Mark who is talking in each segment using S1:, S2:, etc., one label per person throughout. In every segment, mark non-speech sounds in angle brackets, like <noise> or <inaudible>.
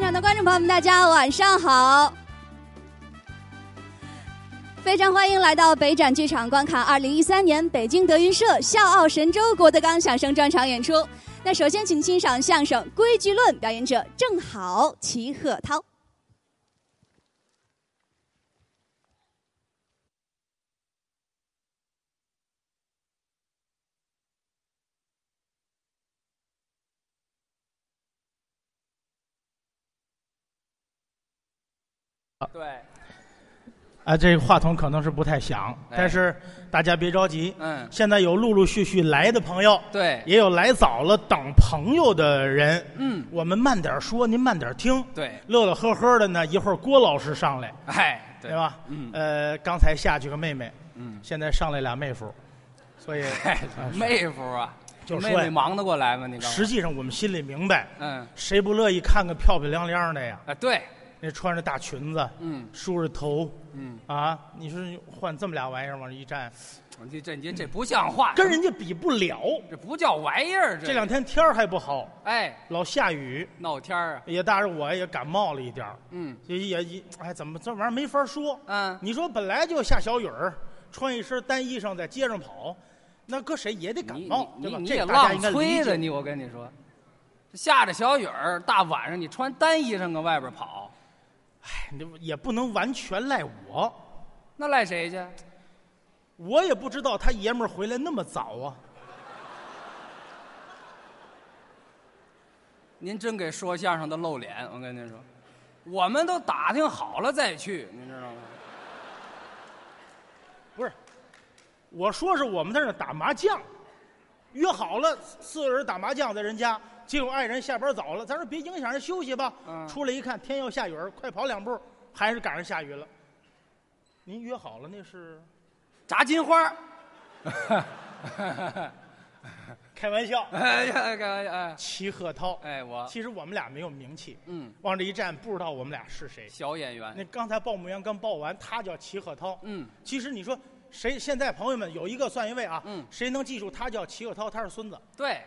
S1: 场的观众朋友们，大家晚上好！非常欢迎来到北展剧场观看2013年北京德云社《笑傲神州》郭德纲相声专场演出。那首先，请欣赏相声《规矩论》，表演者正好齐贺涛。
S2: 对，
S3: 啊，这个话筒可能是不太响，
S2: 哎
S3: 但是大家别着急，
S2: 嗯，
S3: 现在有陆陆续续来的朋友，
S2: 对，
S3: 也有来早了等朋友的人，
S2: 嗯，
S3: 我们慢点说，您慢点听，
S2: 对，
S3: 乐乐呵呵的呢，一会儿郭老师上来，
S2: 哎，对
S3: 对？吧？
S2: 嗯
S3: 呃，刚才下去个妹妹，
S2: 嗯，
S3: 现在上来俩妹夫，所以
S2: <laughs> 哎，妹夫啊，
S3: 就
S2: 妹
S3: 说
S2: 妹
S3: 呀，
S2: 忙得过来吗？你刚
S3: 实际上我们心里明白，
S2: 嗯
S3: 谁不乐意看个漂漂亮亮的呀？
S2: 啊，对，
S3: 那穿着大裙子，
S2: 嗯
S3: 梳着头
S2: 嗯，
S3: 啊，你说换这么俩玩意儿往这一站，
S2: 这这您这不像话，
S3: 跟人家比不了。
S2: 这不叫玩意儿，
S3: 这
S2: 这
S3: 两天天儿还不好，
S2: 哎
S3: 老下雨，
S2: 闹天儿啊，
S3: 也搭着我也感冒了一点儿，
S2: 嗯
S3: 也也也哎，怎么这玩意儿没法说？
S2: 嗯，
S3: 你说本来就下小雨儿，穿一身单衣裳在街上跑，那搁谁也得感
S2: 你
S3: 冒，
S2: 你
S3: 对吧
S2: 你？你
S3: 这
S2: 也
S3: 个大家
S2: 浪
S3: 应该
S2: 吹
S3: 理
S2: 的
S3: 解。
S2: 你，我跟你说，下着小雨儿，大晚上你穿单衣裳搁外边跑，
S3: 哎你也不能完全赖我，
S2: 那赖谁去？
S3: 我也不知道他爷们儿回来那么早啊。
S2: 您真给说相声的露脸，我跟您说，我们都打听好了再去，您知道吗？
S3: 不是，我说是我们在那儿打麻将，约好了四个人打麻将在人家，结果爱人下班早了，咱说别影响人休息吧。
S2: 嗯
S3: 出来一看天要下雨儿，快跑两步，还是赶上下雨了。您约好了那是
S2: 炸金花儿。，
S3: 开玩笑
S2: 哎呀，开玩笑，哎，
S3: 齐贺涛。
S2: 哎，我，
S3: 其实我们俩没有名气，
S2: 嗯，
S3: 往这一站不知道我们俩是谁。
S2: 小演员，
S3: 那刚才报幕员刚报完，他叫齐贺涛。
S2: 嗯，
S3: 其实你说谁？现在朋友们有一个算一位啊，
S2: 嗯
S3: 谁能记住他叫齐贺涛？他是孙子，
S2: 对，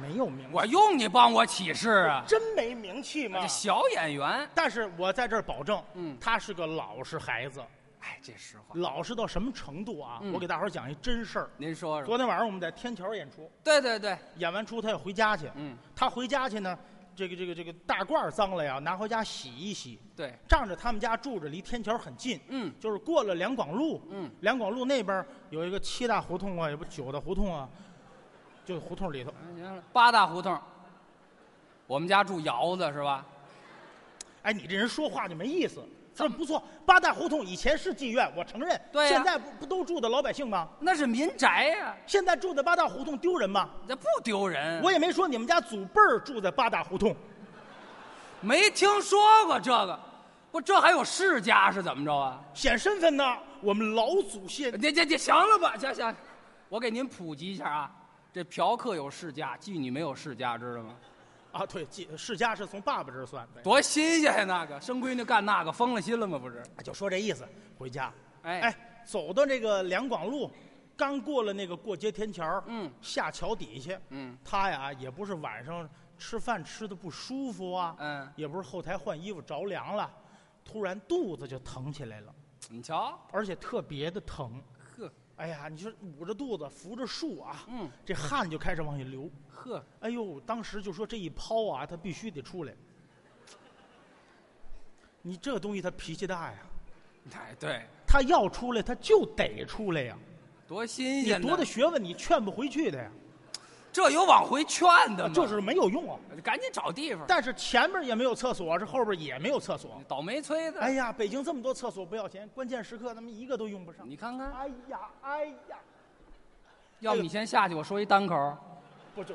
S3: 没有名气，
S2: 我用你帮我起誓啊，
S3: 真没名气吗
S2: 这？小演员，
S3: 但是我在这儿保证，
S2: 嗯
S3: 他是个老实孩子，
S2: 哎，这实话，
S3: 老实到什么程度啊？
S2: 嗯
S3: 我给大伙儿讲一真事儿。
S2: 您说说，
S3: 昨天晚上我们在天桥演出，
S2: 对对对，
S3: 演完出他要回家去，
S2: 嗯，
S3: 他回家去呢，这个这个这个大褂儿脏了呀，拿回家洗一洗。
S2: 对，
S3: 仗着他们家住着离天桥很近，
S2: 嗯
S3: 就是过了两广路，
S2: 嗯，
S3: 两广路那边儿有一个七大胡同啊，也不九大胡同啊，就胡同里头。
S2: 哎行了，八大胡同，我们家住窑子是吧？
S3: 哎，你这人说话就没意思。这不错，八大胡同以前是妓院，我承认。
S2: 对呀
S3: 现在不不都住的老百姓吗？
S2: 那是民宅呀、
S3: 现在住在八大胡同丢人吗？
S2: 这不丢人，
S3: 我也没说你们家祖辈儿住在八大胡同，
S2: 没听说过这个，不，这还有世家是怎么着啊？
S3: 显身份呢。我们老祖先
S2: 这这这行了吧？行行，我给您普及一下啊，这嫖客有世家，妓女没有世家，知道吗？
S3: 啊，对，继世家是从爸爸这儿算的。
S2: 多新鲜呀！那个生闺女干那个，疯了心了吗？不是？
S3: 就说这意思，回家。
S2: 哎
S3: 哎，走到这个两广路，刚过了那个过街天桥，
S2: 嗯，
S3: 下桥底下，
S2: 嗯
S3: 他呀也不是晚上吃饭吃的不舒服啊，
S2: 嗯，
S3: 也不是后台换衣服着凉了，突然肚子就疼起来了，
S2: 你瞧，
S3: 而且特别的疼。
S2: 呵
S3: 哎呀，你说捂着肚子扶着树啊，
S2: 嗯
S3: 这汗就开始往下流。
S2: 呵，
S3: 哎呦，当时就说这一抛啊，他必须得出来。你这东西他脾气大呀，
S2: 哎对，
S3: 他要出来他就得出来呀。
S2: 多新
S3: 你
S2: 鲜！
S3: 多大，学问你劝不回去的呀，
S2: 这有往回劝的吗？
S3: 就是没有用啊。
S2: 赶紧找地方，
S3: 但是前面也没有厕所，这后边也没有厕所。
S2: 倒霉催的。
S3: 哎呀，北京这么多厕所不要钱，关键时刻他们一个都用不上。
S2: 你看看，
S3: 哎呀，哎呀，
S2: 要不你先下去，我说一单口，
S3: 不就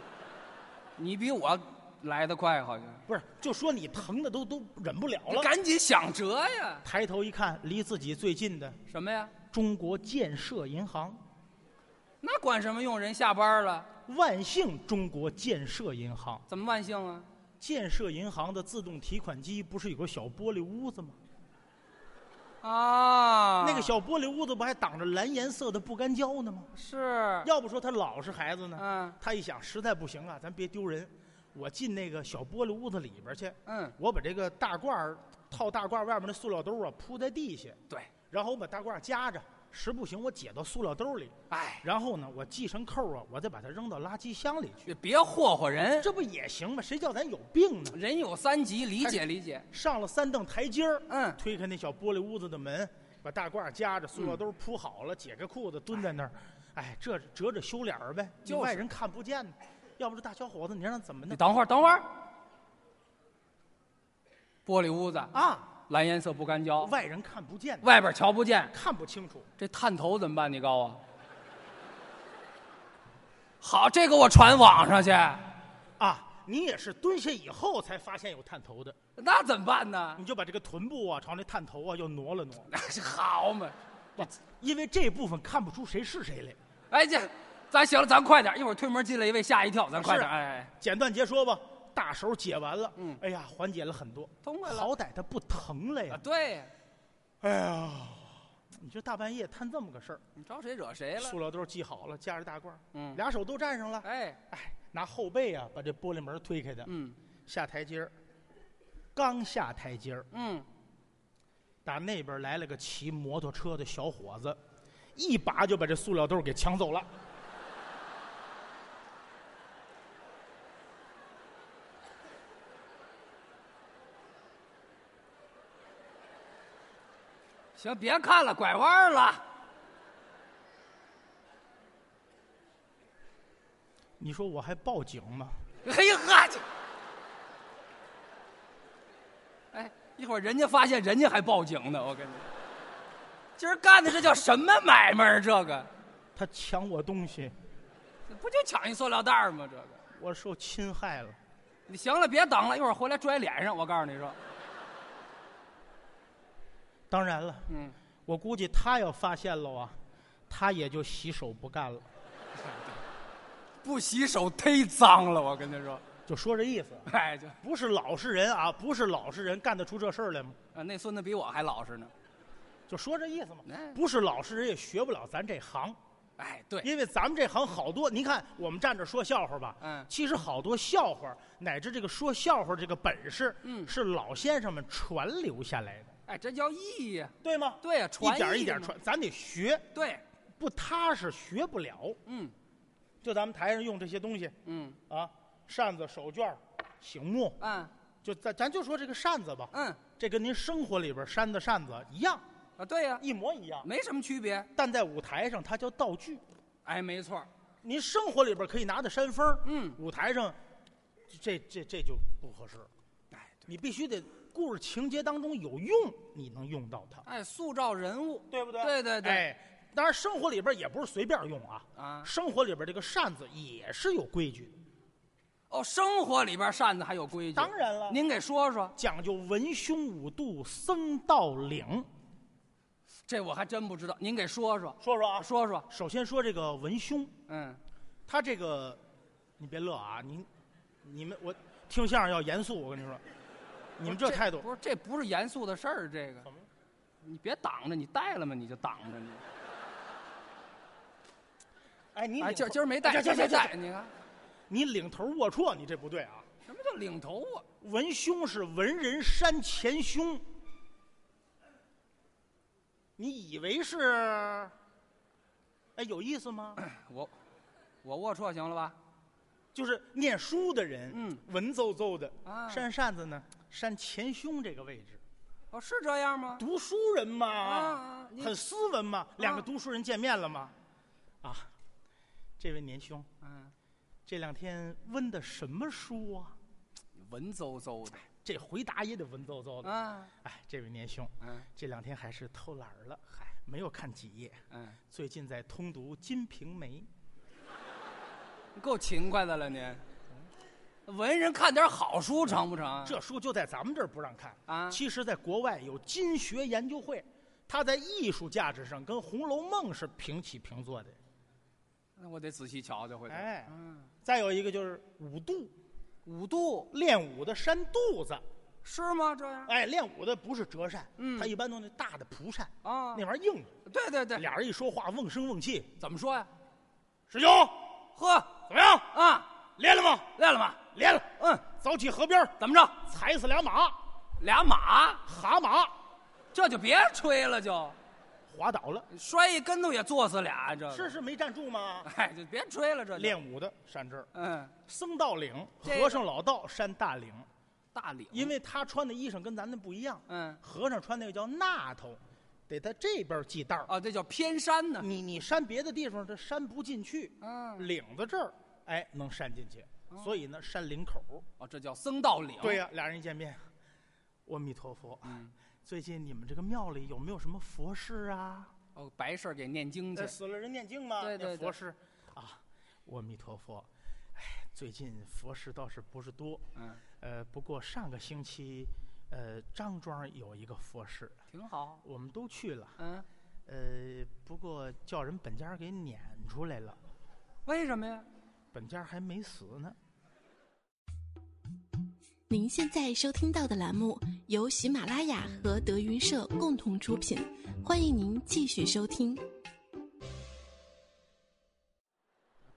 S2: 你比我来得快，好像。
S3: 不是就说你疼的都都忍不了
S2: 你
S3: 了。
S2: 赶紧想辙呀！
S3: 抬头一看，离自己最近的
S2: 什么呀？
S3: 中国建设银行，
S2: 那管什么用？人下班了，
S3: 万幸中国建设银行。
S2: 怎么万幸啊？
S3: 建设银行的自动提款机不是有个小玻璃屋子吗？
S2: 啊，
S3: 那个小玻璃屋子不还挡着蓝颜色的不干胶呢吗？
S2: 是，
S3: 要不说他老实孩子呢？
S2: 嗯，
S3: 他一想，实在不行啊，咱别丢人，我进那个小玻璃屋子里边去，
S2: 嗯，
S3: 我把这个大褂儿套大褂外面的塑料兜啊铺在地下，
S2: 对，
S3: 然后我把大褂夹着，实不行我解到塑料兜里，
S2: 哎，
S3: 然后呢我系上扣啊，我再把它扔到垃圾箱里去，
S2: 别别霍霍人，
S3: 这不也行吗？谁叫咱有病呢？
S2: 人有三急，理解理解。
S3: 上了三凳台阶儿，
S2: 嗯，
S3: 推开那小玻璃屋子的门，把大褂夹着，塑
S2: 嗯
S3: 料兜铺好了，解开裤子蹲在那儿，哎，这折着羞脸儿呗，
S2: 就是
S3: 外人看不见呢。要不这大小伙子，你让他怎么
S2: 你
S3: 弄
S2: 等会儿，等会儿。玻璃屋子，
S3: 啊？
S2: 蓝颜色不干胶，
S3: 外人看不见，
S2: 外边瞧不见，
S3: 看不清楚。
S2: 这探头怎么办？你告诉我。好，这个我传网上去，
S3: 啊，你也是蹲下以后才发现有探头的，
S2: 那怎么办呢？ <laughs>
S3: 你就把这个臀部啊朝那探头啊又挪了挪，
S2: 好嘛，
S3: 因为这部分看不出谁是谁来。
S2: 哎这，咱行了，咱快点，一会儿推门进来一位，吓一跳，咱快点，
S3: 是
S2: 哎，
S3: 简短截说吧，大手解完了，
S2: 嗯
S3: 哎呀，缓解了很多，
S2: 痛快了
S3: 好歹他不疼了
S2: 啊
S3: 呀。
S2: 对，
S3: 哎呀，你这大半夜摊这么个事儿，
S2: 你招谁惹谁了
S3: 塑？料兜系好了，夹着大褂，
S2: 嗯，
S3: 俩手都沾上了，
S2: 哎，
S3: 哎，拿后背啊把这玻璃门推开的，
S2: 嗯
S3: 下台阶儿，刚下台阶儿，
S2: 嗯，
S3: 打那边来了个骑摩托车的小伙子，一把就把这塑料兜给抢走了。
S2: 行，别看了，拐弯了，
S3: 你说我还报警吗？
S2: 嘿哈去。哎，一会儿人家发现，人家还报警呢，我跟你。今儿干的这叫什么买卖啊？这个。
S3: 他抢我东西，
S2: 不就抢一塑料袋儿吗？这个，
S3: 我受侵害了。
S2: 你行了，别等了，一会儿回来拽脸上。我告诉你说，
S3: 当然了，
S2: 嗯，
S3: 我估计他要发现了啊，他也就洗手不干了。
S2: 不洗手忒脏了，我跟他说，
S3: 就说这意思，
S2: 哎，就
S3: 不是老实人啊，不是老实人干得出这事儿来吗？
S2: 啊那孙子比我还老实呢。
S3: 就说这意思嘛。
S2: 哎
S3: 不是老实人也学不了咱这行，
S2: 哎，对，
S3: 因为咱们这行好多，您看我们站这说笑话吧，
S2: 嗯
S3: 其实好多笑话乃至这个说笑话这个本事，
S2: 嗯
S3: 是老先生们传留下来的，
S2: 哎，这叫意义呀。
S3: 对吗？
S2: 对呀，
S3: 一
S2: 传
S3: 点儿
S2: 艺
S3: 一点儿
S2: 嘛
S3: 传，咱得学，
S2: 对，
S3: 不踏实学不了。
S2: 嗯
S3: 就咱们台上用这些东西
S2: 嗯
S3: 啊，扇子、手绢儿、醒目，
S2: 啊
S3: 就咱咱就说这个扇子吧，
S2: 嗯
S3: 这跟您生活里边扇子、扇子一样，
S2: 啊，对呀，
S3: 一模一样。
S2: 没什么区别。
S3: 但在舞台上，它叫道具。
S2: 哎，没错儿，
S3: 您生活里边可以拿的扇风，
S2: 嗯，
S3: 舞台上，这这这就不合适。
S2: 哎对
S3: 你必须得故事情节当中有用，你能用到它，
S2: 哎，塑造人物，
S3: 对不对？
S2: 对对对
S3: 哎，当然生活里边也不是随便用啊，
S2: 啊
S3: 生活里边这个扇子也是有规矩的，
S2: 哦，生活里边扇子还有规矩，
S3: 当然了
S2: 您给说说，
S3: 讲究文胸五度僧道领。
S2: 这我还真不知道，您给说说，
S3: 说说啊，
S2: 说说，
S3: 首先说这个文胸，
S2: 嗯，
S3: 他这个，你别乐啊，您，你们我听相声要严肃，我跟你说，你们这态度
S2: 不是这不是严肃的事儿，这个
S3: 怎么了
S2: 你别挡着，你带了吗？你就挡着你。
S3: 哎，你
S2: 哎，
S3: 领
S2: 今儿
S3: 头
S2: 今儿没带，
S3: 哎
S2: 今
S3: 这
S2: 儿
S3: 这
S2: 没
S3: 这，
S2: 带，你看
S3: 你领头龌龊，你这不对啊！
S2: 什么叫领头啊？
S3: 文胸是文人山前胸，你以为是？哎，有意思吗？
S2: 我我龌龊行了吧？
S3: 就是念书的人，
S2: 嗯，
S3: 文绉绉的，
S2: 啊
S3: 扇扇子呢，扇前胸这个位置，
S2: 哦，是这样吗？
S3: 读书人嘛，
S2: 啊，嗯你
S3: 很斯文嘛，两个读书人见面了嘛，啊，这位年兄，
S2: 嗯，
S3: 这两天温的什么书啊？
S2: 文绉绉
S3: 这回答也得文绉绉
S2: 的
S3: 的。
S2: 啊，
S3: 哎，这位年兄，
S2: 嗯
S3: 这两天还是偷懒儿了，
S2: 嗨
S3: 没有看几页，
S2: 嗯，
S3: 最近在通读《金瓶梅
S2: 你够勤快的了您。文人看点好书成不成啊》，？
S3: 这书就在咱们这儿不让看
S2: 啊
S3: 其实，在国外有金学研究会，它在艺术价值上跟《红楼梦》是平起平坐的。
S2: 那我得仔细瞧瞧回头。
S3: 哎
S2: 嗯，
S3: 再有一个就是舞度，
S2: 五度
S3: 练武的扇肚子。
S2: 是吗？这样
S3: 哎，练武的不是折扇，
S2: 嗯
S3: 他一般都那大的蒲扇，
S2: 啊
S3: 哎那，玩意儿 <laughs> 硬，
S2: 对对对，
S3: 俩人一说话瓮声瓮气。
S2: 怎么说呀？
S3: 师兄，
S2: 呵
S3: 怎么样？
S2: 啊，
S3: 练了吗？
S2: 练了吗？
S3: 连了，
S2: 嗯，
S3: 早起河边儿
S2: 怎么着？
S3: 踩死俩马，
S2: 俩马，
S3: 蛤蟆
S2: 这就别吹了就，
S3: 滑倒了，
S2: 摔一跟头也坐死俩，啊这个
S3: 是，是没站住吗？
S2: 哎，就别吹了这就。
S3: 练武的山这儿，
S2: 嗯，
S3: 僧道领，
S2: 这个
S3: 和尚老道山大领，
S2: 大领，
S3: 因为他穿的衣裳跟咱的不一样，
S2: 嗯，
S3: 和尚穿那个叫纳头，得在这边系带儿。
S2: 啊，这叫偏山呢。
S3: 你你扇别的地方，这扇不进去，
S2: 嗯，
S3: 领子这儿，哎，能扇进去。所以呢，扇领口。
S2: 哦，这叫僧道领。
S3: 对、呀、俩人一见面，阿弥陀佛。
S2: 嗯
S3: 最近你们这个庙里有没有什么佛事啊？
S2: 哦，白事儿给念经去
S3: 呃，。死了人念经嘛，
S2: 对对
S3: 念
S2: 对
S3: 佛事啊，阿弥陀佛。哎，最近佛事倒是不是多，
S2: 嗯，
S3: 呃，不过上个星期，呃，张庄有一个佛事，
S2: 挺好。
S3: 我们都去了，
S2: 嗯，
S3: 呃，不过叫人本家给撵出来了，
S2: 为什么呀？
S3: 本家还没死呢。
S4: 您现在收听到的栏目由喜马拉雅和德云社共同出品，欢迎您继续收听。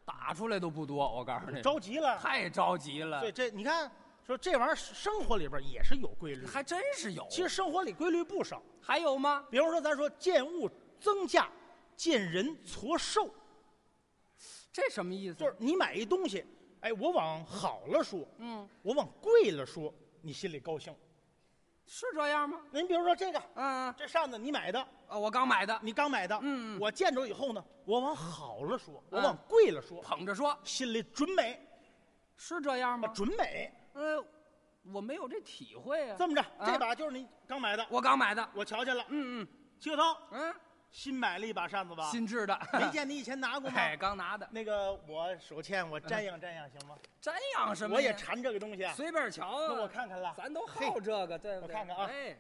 S2: 打出来都不多，我告诉你，
S3: 着急了，
S2: 太着急了
S3: 对，，这你看，说这玩意儿生活里边也是有规律，
S2: 还真是有。
S3: 其实生活里规律不少，
S2: 还有吗？
S3: 比方说咱说见物增价，见人矬瘦，
S2: 这什么意思？
S3: 就是你买一东西，哎，我往好了说，
S2: 嗯，
S3: 我往贵了说，你心里高兴。
S2: 是这样吗？
S3: 您比如说这个，
S2: 嗯，
S3: 这扇子你买的，
S2: 啊，我刚买的，
S3: 你刚买的，
S2: 嗯嗯
S3: 我见着以后呢，我往好了说，我
S2: 嗯
S3: 往贵了说，
S2: 捧着说，
S3: 心里准美，
S2: 是这样
S3: 啊
S2: 吗？
S3: 准美。
S2: 呃，我没有这体会啊。
S3: 这么着，
S2: 啊
S3: 这把就是你刚买的，
S2: 我刚买的，
S3: 我瞧见了，
S2: 嗯
S3: 齐涛
S2: 嗯
S3: 新买了一把扇子
S2: 嗯，？
S3: 吧
S2: 新制的，
S3: 啊没见你以前拿过吗？
S2: 哎，刚拿的，
S3: 那个我手欠，我瞻仰瞻仰行吗？
S2: 瞻仰嗯什么
S3: 我
S2: 呀？
S3: 也馋这个东西啊，
S2: 随便瞧啊。
S3: 那我看看了，
S2: 咱都好这个，对不对？
S3: 我看看啊
S2: 哎，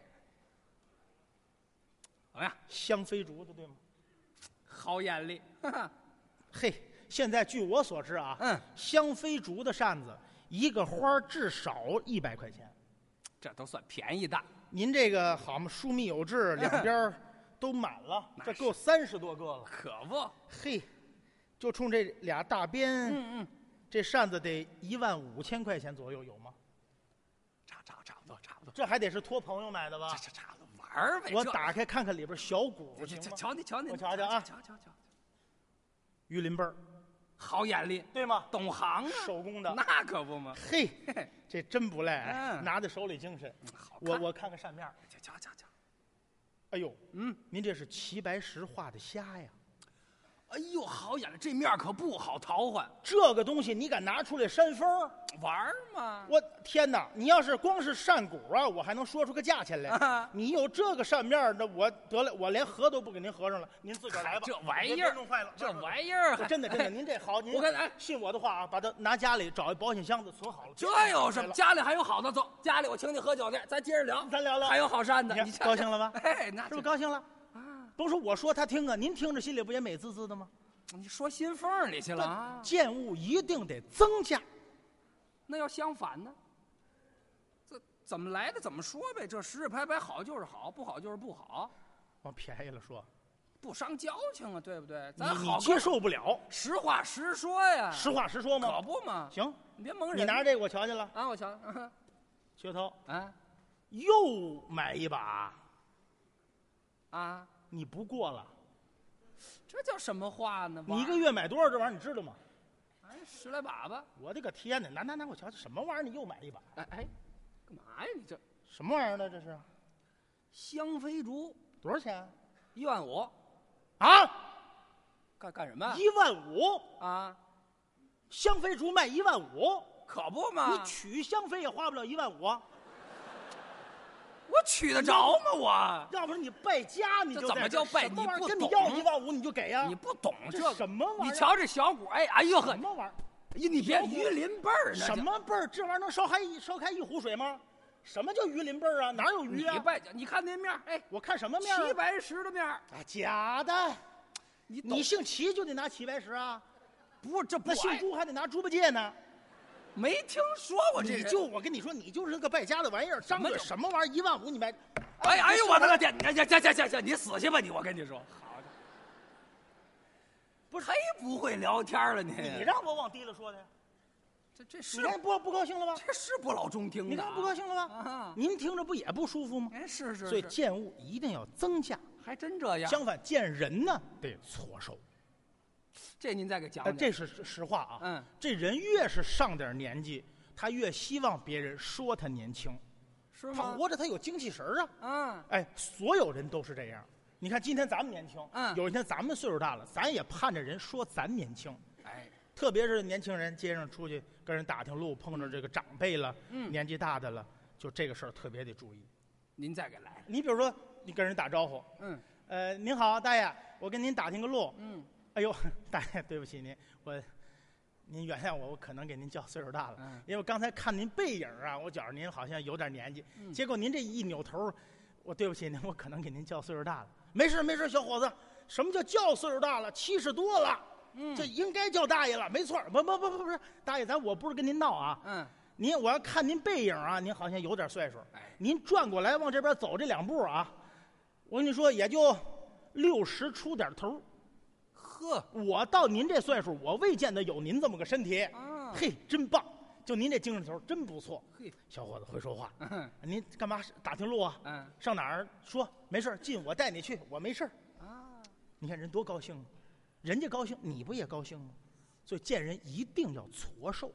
S2: 怎么样？
S3: 香妃竹子对吗？
S2: 好眼力，哈哈
S3: 嘿，现在据我所知啊，
S2: 嗯，
S3: 香妃竹的扇子一个花儿至少一百块钱。
S2: 这都算便宜的。
S3: 您这个好嘛，疏密有致，两边儿都满了，
S2: 那
S3: 这
S2: 嗯是
S3: 够三十多个了。
S2: 可不，
S3: 嘿，就冲这俩大边，
S2: 嗯嗯，
S3: 这扇子得一万五千块钱左右，有吗？
S2: 差差差不多，差不多，
S3: 这还得是托朋友买的
S2: 这
S3: 吧？
S2: 这差不多玩儿呗。
S3: 啊我
S2: 这
S3: 打开看看里边小鼓
S2: 这这
S3: 行
S2: 这
S3: 吗？
S2: 瞧你瞧你，
S3: 我瞧瞧啊
S2: 瞧瞧瞧，
S3: 玉林贝儿，
S2: 好眼力，
S3: 对吗？
S2: 懂行啊，
S3: 手工的，
S2: 那可不嘛。
S3: 嘿，
S2: 嘿嘿
S3: 这真不赖，啊
S2: 嗯
S3: 拿在手里精神。
S2: 好看
S3: 我我看看扇面儿，
S2: 瞧瞧瞧瞧，
S3: 哎呦，
S2: 嗯，
S3: 您这是齐白石画的虾呀！
S2: 哎呦，好眼力，这面儿可不好淘换，
S3: 这个东西你敢拿出来扇风儿？
S2: 玩儿嘛。
S3: 我天哪！你要是光是扇骨啊，我还能说出个价钱来。
S2: 啊
S3: 你有这个扇面儿，那我得了，我连合都不给您合上了，您自个儿来吧。
S2: 这玩意
S3: 别别
S2: 儿
S3: 弄坏了，
S2: 这
S3: 意
S2: 玩意儿
S3: 儿
S2: 还
S3: 真的真的，您这好，您
S2: 我看哎
S3: 信我的话啊，把它拿家里找一保险箱子存好了。
S2: 这
S3: 别弄坏
S2: 有什么？
S3: 了
S2: 家里还有好的，走，家里我请你喝酒去，咱接着聊。
S3: 咱聊聊
S2: 还有好扇子
S3: 你，看
S2: 你瞧瞧
S3: 高兴了吧
S2: 哎，那
S3: 是不是高兴了？甭说我说他听啊，您听着心里不也美滋滋的吗？
S2: 你说心缝里去了啊？
S3: 见物一定得增加，
S2: 那要相反呢？这怎么来的怎么说呗，这实实拍拍好就是好，不好就是不好，哦
S3: 往便宜了说，
S2: 不伤交情啊，对不对？
S3: 你
S2: 咱
S3: 你
S2: 好
S3: 接
S2: 哥
S3: 受不了，
S2: 实话实说呀，
S3: 实话实说
S2: 可
S3: 吗？
S2: 不嘛，
S3: 行，
S2: 你别蒙人。
S3: 你拿着这个我瞧瞧了，
S2: 啊，我瞧瞧，
S3: 薛涛
S2: 啊
S3: 又买一把，
S2: 啊，
S3: 你不过了，
S2: 这叫什么话呢？
S3: 你一个月买多少这玩意儿你知道吗？
S2: 玩意儿十来把吧？
S3: 我的个天哪！拿拿拿，我瞧瞧什么玩意儿？你又买一把？
S2: 哎哎，干嘛呀？你这
S3: 什么玩意儿呢？这是
S2: 香妃竹
S3: 多少钱？
S2: 一万五，
S3: 啊，
S2: 干干什么？
S3: 一万五！
S2: 啊，
S3: 香妃竹卖一万五，
S2: 可不嘛，
S3: 你娶香妃也花不了一万五啊，
S2: 我娶得着吗？我
S3: 要不然你败家你就
S2: 这怎么
S3: 在
S2: 叫败
S3: 什么玩意
S2: 你
S3: 儿
S2: 不
S3: 跟你
S2: 懂
S3: 要一万五你就给呀、
S2: 你不懂
S3: 这
S2: 个
S3: 什么玩意儿
S2: 你瞧这小鼓，哎哎呦呵
S3: 什，么玩意儿？
S2: 哎你别鱼鳞辈儿呢，
S3: 什么辈儿？这玩意儿能烧开一烧开一壶水吗？什么叫鱼鳞辈儿啊？哪有
S2: 这？
S3: 鱼
S2: 你
S3: 啊？
S2: 败家，你看那面儿，哎，
S3: 我看什么面儿啊？
S2: 齐白石的面儿，
S3: 啊，假的！
S2: 你懂
S3: 你姓齐就得拿齐白石啊，
S2: 不？这不
S3: 那姓
S2: 哎
S3: 朱还得拿猪八戒呢。
S2: 没听说过这
S3: 你
S2: 人
S3: 就我跟你说，你就是个败家的玩意儿，张嘴
S2: 叫
S3: 什么玩意儿？一万五你买，
S2: 哎哎呦我的个天！你这这这这这，你死去吧你！我跟你说，好的，不是忒不会聊天了你？
S3: 你让我往低了说的呀？
S2: 这这
S3: 你
S2: 是
S3: 看不不高兴了吧？
S2: 这是不老中听的，
S3: 你看不高兴了吧？
S2: 啊？
S3: 您听着不也不舒服吗？
S2: 哎，是是
S3: 所以
S2: 是，啊
S3: 见物一定要增加，
S2: 还真这样。
S3: 相反见人呢得搓手。
S2: 这您再给讲
S3: 但
S2: 讲。
S3: 呃这是实实话啊。
S2: 嗯，
S3: 这人越是上点年纪，他越希望别人说他年轻，
S2: 是
S3: 他
S2: 吗？
S3: 活着他有精气神儿啊。
S2: 嗯，
S3: 哎，所有人都是这样。你看今天咱们年轻，
S2: 嗯
S3: 有一天咱们岁数大了，咱也盼着人说咱年轻。
S2: 哎，
S3: 特别是年轻人街上出去跟人打听路，碰着这个长辈了，
S2: 嗯
S3: 年纪大的了，就这个事儿特别得注意。
S2: 您再给来。
S3: 你比如说，你跟人打招呼，
S2: 嗯
S3: 呃，您好，大爷，我跟您打听个路。
S2: 嗯
S3: 哎呦， <laughs> 大爷，对不起您，我，您原谅我，我可能给您叫岁数大了，
S2: 嗯，
S3: 因为我刚才看您背影啊，我觉着您好像有点年纪，
S2: 嗯
S3: 结果您这一扭头，我对不起您，我可能给您叫岁数大了。没事没事，小伙子，什么叫叫岁数大了？七十多了，
S2: 嗯
S3: 这应该叫大爷了，没错儿。不不不不不是，大爷，咱我不是跟您闹啊，
S2: 嗯，
S3: 您我要看您背影啊，您好像有点岁数，
S2: 哎，
S3: 您转过来往这边走这两步啊，我跟你说也就六十出点头儿。
S2: 呵，
S3: 我到您这岁数，我未见得有您这么个身体。
S2: 啊，
S3: 嘿，真棒！就您这精神头儿真不错。
S2: 嘿，
S3: 小伙子会说话，
S2: 嗯
S3: 您干嘛打听路啊？
S2: 嗯
S3: 上哪儿说？没事儿，进我带你去，我没事儿。
S2: 啊，
S3: 你看人多高兴啊，人家高兴，你不也高兴吗？所以见人一定要矬瘦，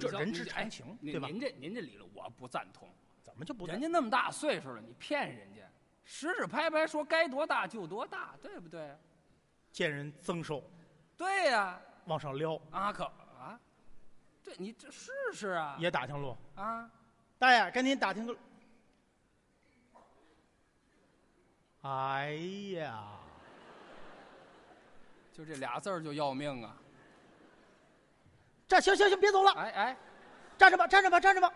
S3: 这人之常情，
S2: 哎您
S3: 对吧？
S2: 您这您这理论我不赞同，
S3: 怎么就不
S2: 人家那么大岁数了，你骗人家，实实拍拍说该多大就多大，对不对？
S3: 见人增瘦，
S2: 对呀，
S3: 往上撩
S2: 啊可啊，对你这试试啊
S3: 也打听路？
S2: 啊，
S3: 大爷，跟您打听个。哎呀，
S2: 就这俩字儿就要命啊！
S3: 站行行行，别走了。
S2: 哎哎，
S3: 站着吧，站着吧，站着吧。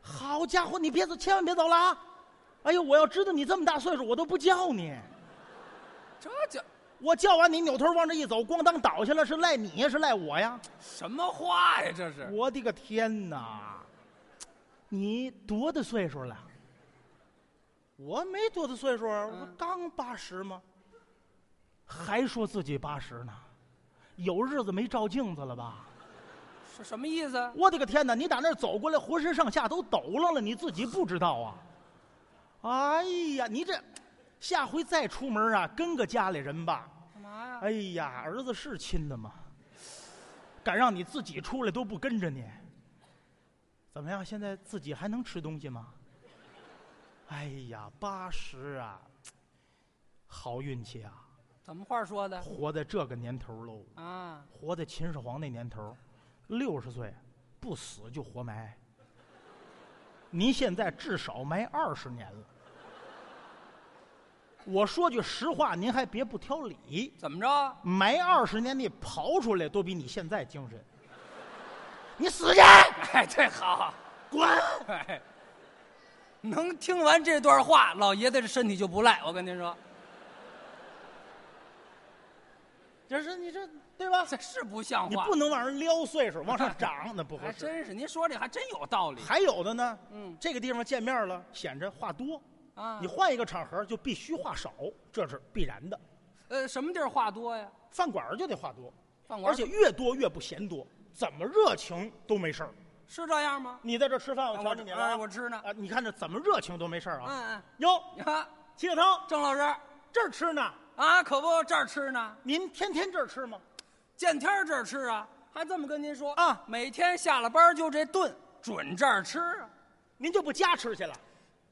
S3: 好家伙，你别走，千万别走了啊！哎呦，我要知道你这么大岁数，我都不叫你。
S2: 这叫
S3: 我叫完你扭头往这一走，咣当倒下了，是赖你呀，是赖我呀？
S2: 什么话呀？这是
S3: 我的个天哪！你多大岁数了？我没多大岁数啊，
S2: 嗯
S3: 我刚八十吗？还说自己八十呢？有日子没照镜子了吧？
S2: 是什么意思啊？
S3: 我的个天哪！你打那儿走过来，浑身上下都抖楞了，你自己不知道啊！哎呀，你这下回再出门啊，跟个家里人吧。
S2: 干嘛呀？
S3: 哎呀，儿子是亲的吗？敢让你自己出来都不跟着你，怎么样？现在自己还能吃东西吗？哎呀，八十啊，好运气啊，
S2: 怎么话说的
S3: 活在这个年头喽。
S2: 啊？
S3: 活在秦始皇那年头，六十岁不死就活埋。您现在至少埋二十年了。我说句实话，您还别不挑理，
S2: 怎么着？
S3: 埋二十年你刨出来都比你现在精神。你死去，
S2: 哎，这好，
S3: 滚！
S2: 哎，能听完这段话，老爷子这身体就不赖。我跟您说，
S3: 这是你这对吧？
S2: 这是不像
S3: 你
S2: 话，
S3: 不能往人撩岁数，往上长，那不合
S2: 还
S3: 适。
S2: 真是。您说这还真有道理。
S3: 还有的呢，
S2: 嗯
S3: 这个地方见面了，显着话多，
S2: 啊
S3: 你，换一个场合就必须话少，这是必然的。
S2: 呃，什么地儿话多呀？
S3: 饭馆儿就得话多，
S2: 饭馆
S3: 而且越多越不嫌多，怎么热情都没事儿。
S2: 是这样吗？
S3: 你在这吃饭，我
S2: 啊
S3: 瞧着你了
S2: 哎
S3: 啊
S2: 我吃呢。
S3: 啊！你看这怎么热情都没事儿啊？
S2: 嗯
S3: 哟，
S2: 嗯，你看
S3: 秦小涛
S2: 郑老师
S3: 这儿吃呢，
S2: 啊，可不这儿吃呢，
S3: 您天天这儿吃吗？
S2: 见天儿这儿吃啊，还这么跟您说
S3: 啊
S2: 每天下了班就这顿准这儿吃啊，
S3: 您就不家吃去了？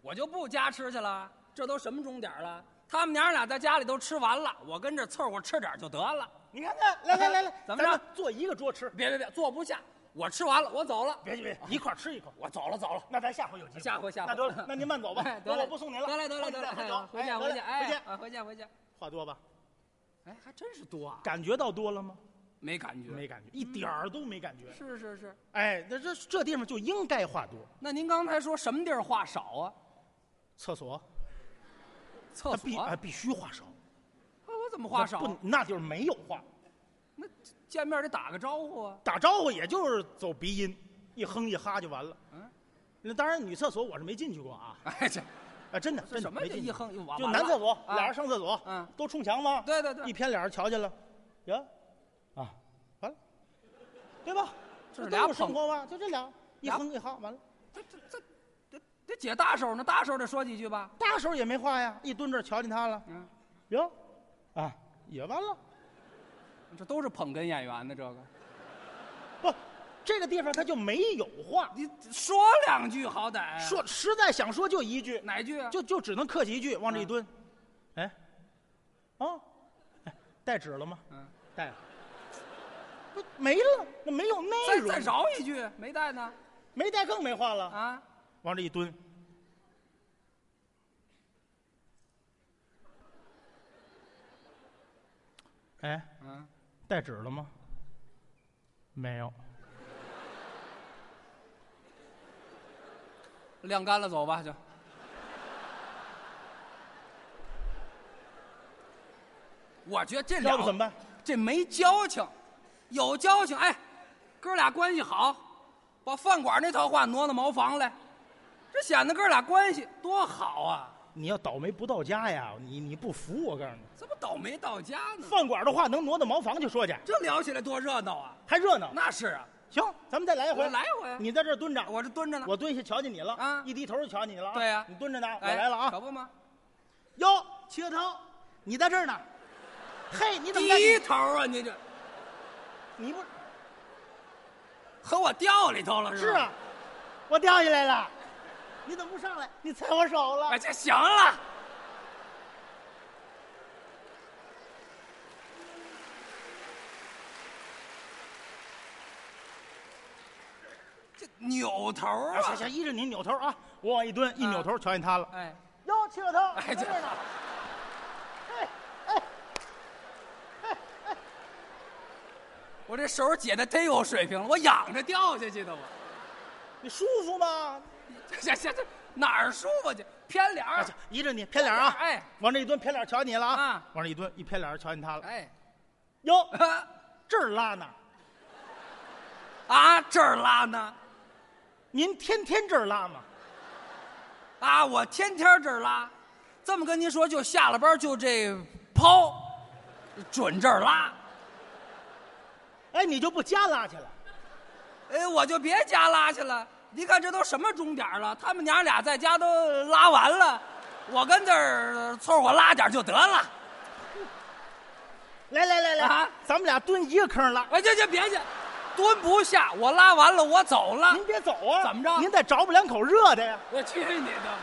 S2: 我就不家吃去了。这都什么钟点儿了？他们娘俩在家里都吃完了，我跟这凑合吃点儿就得了。
S3: 你看看，来来来来，
S2: 怎
S3: 咱
S2: 么着
S3: 们坐一个桌吃，
S2: 别别别，坐不下，我吃完了，我走了。
S3: 别别别，一块儿吃一口。
S2: 我走了走了。
S3: 那咱下回有机会，
S2: 下回下回
S3: 那得了，那您慢走吧
S2: 哎，
S3: 那
S2: 得了，
S3: 我不送您了。
S2: 得了得了得了，
S3: 回
S2: 哎回见
S3: 回
S2: 回见，哎，
S3: 回见。
S2: 啊回见回见。
S3: 话多吧？
S2: 哎，还真是多啊，
S3: 感觉到多了吗？
S2: 没感觉。
S3: 没感觉，一点儿都没感觉。
S2: 是是是。
S3: 哎，那这这地方就应该话多，
S2: 那您刚才说什么地儿话少啊？
S3: 厕所。
S2: 厕
S3: 他必
S2: 所？
S3: 啊
S2: 哎
S3: 必须话少，
S2: 我怎么话少
S3: 那
S2: 啊？
S3: 不那就是没有话，
S2: 那见面得打个招呼
S3: <laughs>
S2: 啊。
S3: 打招呼也就是走鼻音，一哼一哈就完了。
S2: 嗯，
S3: 那当然女厕所我是没进去过啊，
S2: 哎，这
S3: 啊真的
S2: 这
S3: 真的
S2: 什么
S3: 没
S2: 这
S3: 进
S2: 一
S3: 去，
S2: 哼一完
S3: 就男厕所
S2: 啊
S3: 俩人上厕所，
S2: 嗯
S3: 都冲墙嘛，
S2: 对对对
S3: 一偏俩人瞧见了，呀，啊，完了，对吧？
S2: 这
S3: 都
S2: 俩
S3: 有生
S2: 捧，
S3: 活吧，就这俩，一
S2: 俩
S3: 横一哈，完了。
S2: 这这这这这姐大手呢，大手得说几句吧。
S3: 大手也没话呀，一蹲这儿瞧见他了，
S2: 嗯，
S3: 哟，啊，也完了。
S2: 这都是捧哏演员呢，这个
S3: 不，这个地方他就没有话，
S2: 你说两句好歹啊。
S3: 说实在想说就一句，
S2: 哪句啊？
S3: 就就只能客气一句，往这一
S2: 嗯
S3: 蹲。哎，啊，哎带纸了吗？
S2: 嗯，
S3: 带了。不没了，那没有内
S2: 再
S3: 容
S2: 再，饶一句，没带呢
S3: 没带更没话了。
S2: 啊？
S3: 往这一蹲，哎，
S2: 嗯，
S3: 带纸了吗？没有。
S2: 晾干了走吧就。我觉得这俩
S3: 要不怎么办？
S2: 这没交情，有交情哎，哥俩关系好，把饭馆那套话挪到茅房来，这显得哥俩关系多好啊！
S3: 你要倒霉不到家呀，你你不服我告诉你，
S2: 这不倒霉到家呢？
S3: 饭馆的话能挪到茅房去说去，
S2: 这聊起来多热闹啊！
S3: 还热闹。
S2: 那是啊，
S3: 行，咱们再来一
S2: 我
S3: 回。
S2: 来一回啊
S3: 你在这儿蹲着，
S2: 我这蹲着呢。
S3: 我蹲下瞧见你了
S2: 啊
S3: 一低头就瞧见你了啊。
S2: 对呀
S3: 你蹲着呢，我
S2: 哎
S3: 来了
S2: 可
S3: 啊。
S2: 不吗？
S3: 哟，齐个涛，你在这
S2: <laughs>
S3: 儿呢。嘿，你怎么在
S2: 低
S3: 这？
S2: 头啊，你这
S3: 你不
S2: 和我掉里头了
S3: 是
S2: 吧？
S3: 啊，我掉下来了，你怎么不上来？你踩我手了。
S2: 哎，这行了。这扭头
S3: 哎
S2: 啊！
S3: 行行，依着你扭头啊，我往一蹲，一扭头瞧见他了。
S2: 哎，
S3: 哟，齐个涛，
S2: 哎
S3: 在这儿
S2: <laughs>
S3: 呢。嘿，哎，
S2: 我这手解的忒有水平了，我仰着掉下去的我。
S3: 你舒服吗？
S2: 这这这哪儿舒服去？偏脸
S3: 哎
S2: 儿
S3: 行，依着你偏脸啊，
S2: 哎，
S3: 往这一蹲，偏脸瞧你了啊
S2: 啊，
S3: 往这一蹲，一偏脸瞧见他了。
S2: 哎，
S3: 哟，
S2: 啊
S3: 这儿拉呢，
S2: 啊，这儿拉呢？
S3: 您天天这儿拉吗？
S2: 啊，我天天这儿拉，这么跟您说，就下了班就这抛，准这儿拉。
S3: 哎，你就不加拉去了？
S2: 哎，我就别家拉去了。您看这都什么钟点了？他们娘俩在家都拉完了，我跟这儿凑合拉点就得了。
S3: 来来来来，
S2: 啊
S3: 咱们俩蹲一个坑拉。
S2: 哎，这这别去，蹲不下，我拉完了我走了
S3: 您。别走啊！
S2: 怎么着
S3: 您再找补两口热的呀！
S2: 我去你的吧！